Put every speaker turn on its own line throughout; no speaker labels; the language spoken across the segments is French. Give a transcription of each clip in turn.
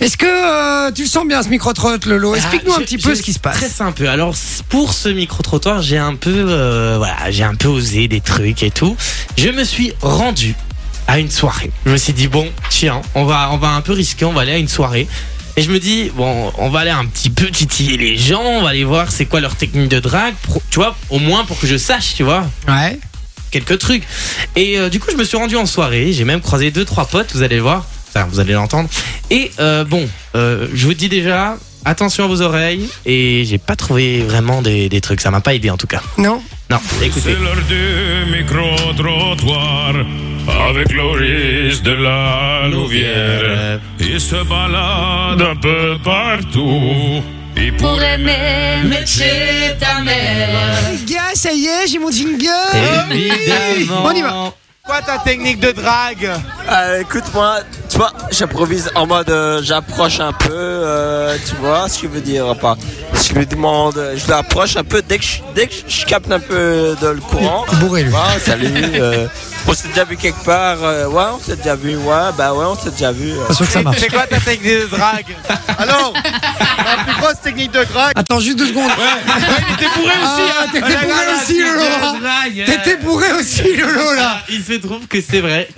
Est-ce que euh, tu le sens bien ce micro-trotte, Lolo Explique-nous
Ah,
un
je-
petit peu
je-
ce qui se
Très
passe.
simple. Alors c- pour ce micro trottoir, j'ai un peu, euh, voilà, j'ai un peu osé des trucs et tout. Je me suis rendu à une soirée. Je me suis dit bon, tiens, on va, on va un peu risquer, on va aller à une soirée. Et je me dis bon, on va aller un petit peu titiller les gens, on va aller voir c'est quoi leur technique de drague, pro- tu vois, au moins pour que je sache, tu vois,
Ouais.
quelques trucs. Et euh, du coup, je me suis rendu en soirée. J'ai même croisé deux trois potes. Vous allez le voir. Enfin, vous allez l'entendre. Et euh, bon, euh, je vous dis déjà. Attention à vos oreilles et j'ai pas trouvé vraiment des, des trucs, ça m'a pas aidé en tout cas.
Non
Non, écoutez.
C'est l'heure du micro-trottoir avec Loris de la Louvière. Il se balade un peu partout. Il pourrait même.
chez ta mère.
Les gars, ça y est, j'ai mon jingle
Euh, Eh Évidemment. Oh
On y va.
Quoi ta technique de drague
Euh, écoute moi, tu vois, j'improvise en mode euh, j'approche un peu, euh, tu vois ce que je veux dire ou pas. Je lui demande, euh, je l'approche un peu dès que je, dès que je capte un peu de le courant.
Bourré, lui.
Ouais, salut, euh, on s'est déjà vu quelque part, euh, ouais on s'est déjà vu, ouais bah ouais on s'est déjà vu. euh.
Attention que ça marche.
C'est quoi ta technique de drague Alors La plus grosse technique de drague
Attends juste deux secondes.
T'es bourré
Ah, T'étais bourré aussi, Lolo hein. T'étais bourré aussi, Lolo, là
Il se trouve que c'est vrai.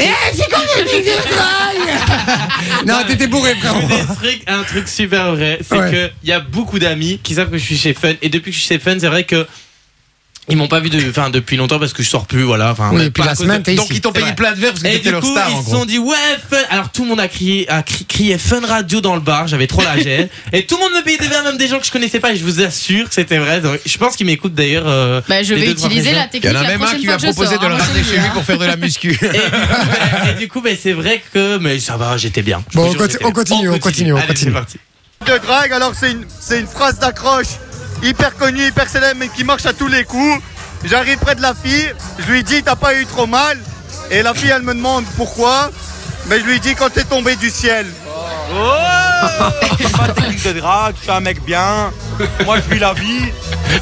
Non, t'étais bourré, frérot
Des trucs- un truc super vrai, c'est
Ouais.
que il y a beaucoup d'amis qui savent que je suis chez Fun et depuis que je suis chez Fun, c'est vrai que ils m'ont pas vu de, enfin, depuis longtemps parce que je sors plus, voilà. Enfin,
Oui,
même
depuis
pas
la
à cause
semaine, t'es
Donc
ici.
ils t'ont payé
plein de verres parce
Et du coup, ils se sont dit ouais fun. Alors tout le monde a crié, a cri- crié fun radio dans le bar. J'avais trop la gêne. et tout le monde me payait des verres, même des gens que je connaissais pas. Et je vous assure que c'était vrai. Donc, je pense qu'ils m'écoutent d'ailleurs. euh,
Bah, je
les
vais
deux, trois
utiliser
régions.
la technique. la prochaine fois que je sors, hein, moi, je te le dis, hein.
pour faire de la muscu.
Et du coup, bah, Et du coup, bah, c'est vrai que mais ça va, j'étais bien. Je
Bon,
vous
on
jure,
conti-
j'étais bien.
on continue, on continue, on
Allez,
continue.
c'est parti.
de drague, alors c'est une, c'est une phrase d'accroche hyper connue, hyper célèbre, mais qui marche à tous les coups. J'arrive près de la fille, je lui dis t'as pas eu trop mal, et la fille elle me demande pourquoi, mais je lui dis quand t'es tombé du ciel. Oh! pas de technique de drague, je suis un mec bien, moi je vis la vie,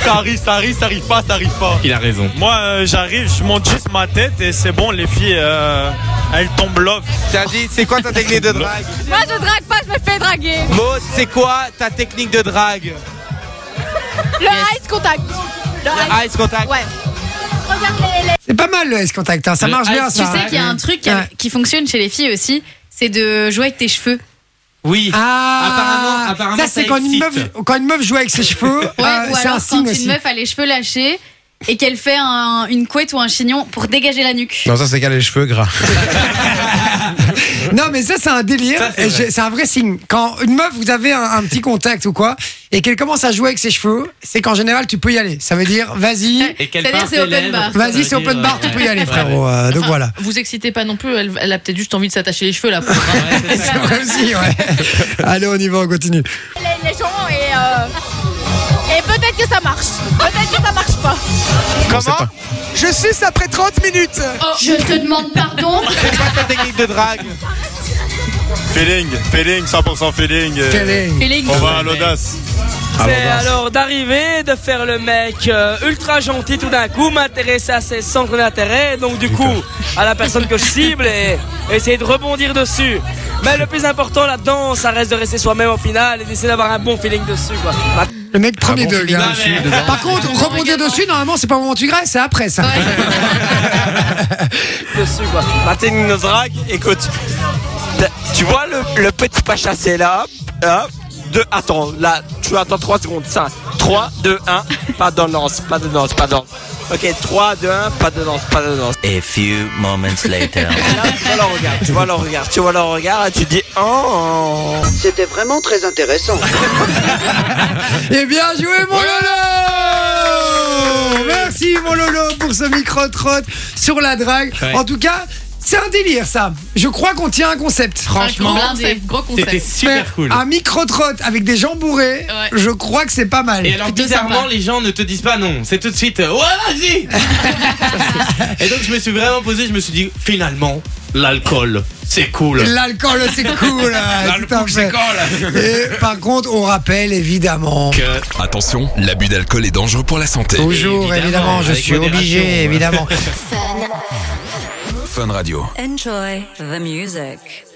ça arrive, ça arrive, ça arrive pas, ça arrive pas.
Il a raison.
Moi, euh, j'arrive, je monte juste ma tête et c'est bon, les filles, euh, elles tombent love.
Tiens dit, c'est quoi ta technique de drague
Moi je drague pas, je me fais draguer.
Maud, c'est quoi ta technique de drague
Le ice contact. Le ice.
Ice contact
Ouais. Je regarde les, les-
C'est pas mal le S contact, hein. ça
Le
marche
eye
bien
contact.
ça.
Tu sais qu'il y a un truc qui-
Ouais.
qui fonctionne chez les filles aussi, c'est de jouer avec tes cheveux.
Oui.
Ah,
Apparemment- apparemment,
ça
ça
c'est quand une
excite.
meuf quand une meuf joue avec ses cheveux,
Ouais,
euh,
ou
c'est
alors
un
quand
signe
une
aussi.
meuf a les cheveux lâchés et qu'elle fait un- une couette ou un chignon pour dégager la nuque.
Non, ça c'est qu'elle a les cheveux gras.
Non mais ça c'est un délire,
Ça, c'est
Et
vrai.
j'ai- c'est un vrai signe. Quand une meuf vous avez un, un petit contact ou quoi et qu'elle commence à jouer avec ses cheveux, c'est qu'en général tu peux y aller. Ça veut dire vas-y,
Et quelle
C'est-à-dire,
part
c'est
tes
open
lèvres,
bar.
ça veut
vas-y c'est
dire,
open bar,
euh,
tu peux y
ouais,
aller
ouais,
frérot.
ouais.
Euh, donc voilà.
Vous excitez pas non plus, elle, elle a peut-être juste envie de s'attacher les cheveux là.
Ouais, c'est ça.
C'est vrai aussi, ouais. Allez on y va, on continue.
les- les gens et. euh, Et peut-être que ça marche. Peut-être que ça marche pas.
Comment
Je suce après 30 minutes.
Oh, je te demande pardon.
C'est quoi ta technique de drague
Feeling, feeling, 100% feeling. euh,
Feeling.
On va à l'audace.
C'est alors d'arriver, de faire le mec euh, ultra gentil tout d'un coup, m'intéresser à ses centres d'intérêt, donc du coup à la personne que je cible et essayer de rebondir dessus. Mais le plus important là-dedans, ça reste de rester soi-même au final et d'essayer d'avoir un bon feeling dessus. Quoi.
Le mec
Ah
premier
bon
degré.
feeling
hein.
dessus,
Par contre, rebondir dessus, normalement, c'est pas au moment où tu graisses, c'est après ça.
dessus quoi.
technique de drague, écoute.
Tu vois le, le petit pas chassé là hein, deux, Attends, là, tu attends 3 secondes. 5, 3, 2, 1. Pas de lance, pas de lance, pas de lance. Ok, 3, 2, 1, pas de lance, pas de lance.
A few moments later.
Et là, tu vois leur regard, tu vois leur regard, tu vois leur regard et tu dis Oh
C'était vraiment très intéressant.
Et Eh bien joué, mon Lolo Merci, mon Lolo, pour ce micro-trotte sur la drague.
Ouais.
En tout cas, c'est un délire, ça. Je crois qu'on tient un concept.
Franchement,
gros concept, gros
c'était
concept.
super cool.
Un micro-trotte avec des gens bourrés,
Ouais.
je crois que c'est pas mal.
Et alors
Plutôt
bizarrement
sympa.
les gens ne te disent pas non, c'est tout de suite euh, ouais vas-y. Et donc je me suis vraiment posé, je me suis dit finalement l'alcool c'est cool.
L'alcool, c'est cool. L'alcool, c'est cool. Et par contre, on rappelle évidemment.
Que-
Attention, l'abus d'alcool est dangereux pour la santé.
Toujours, évidemment,
évidemment,
je
avec
suis
modération, ouais.
obligé, évidemment.
Fun Radio.
Enjoy the music.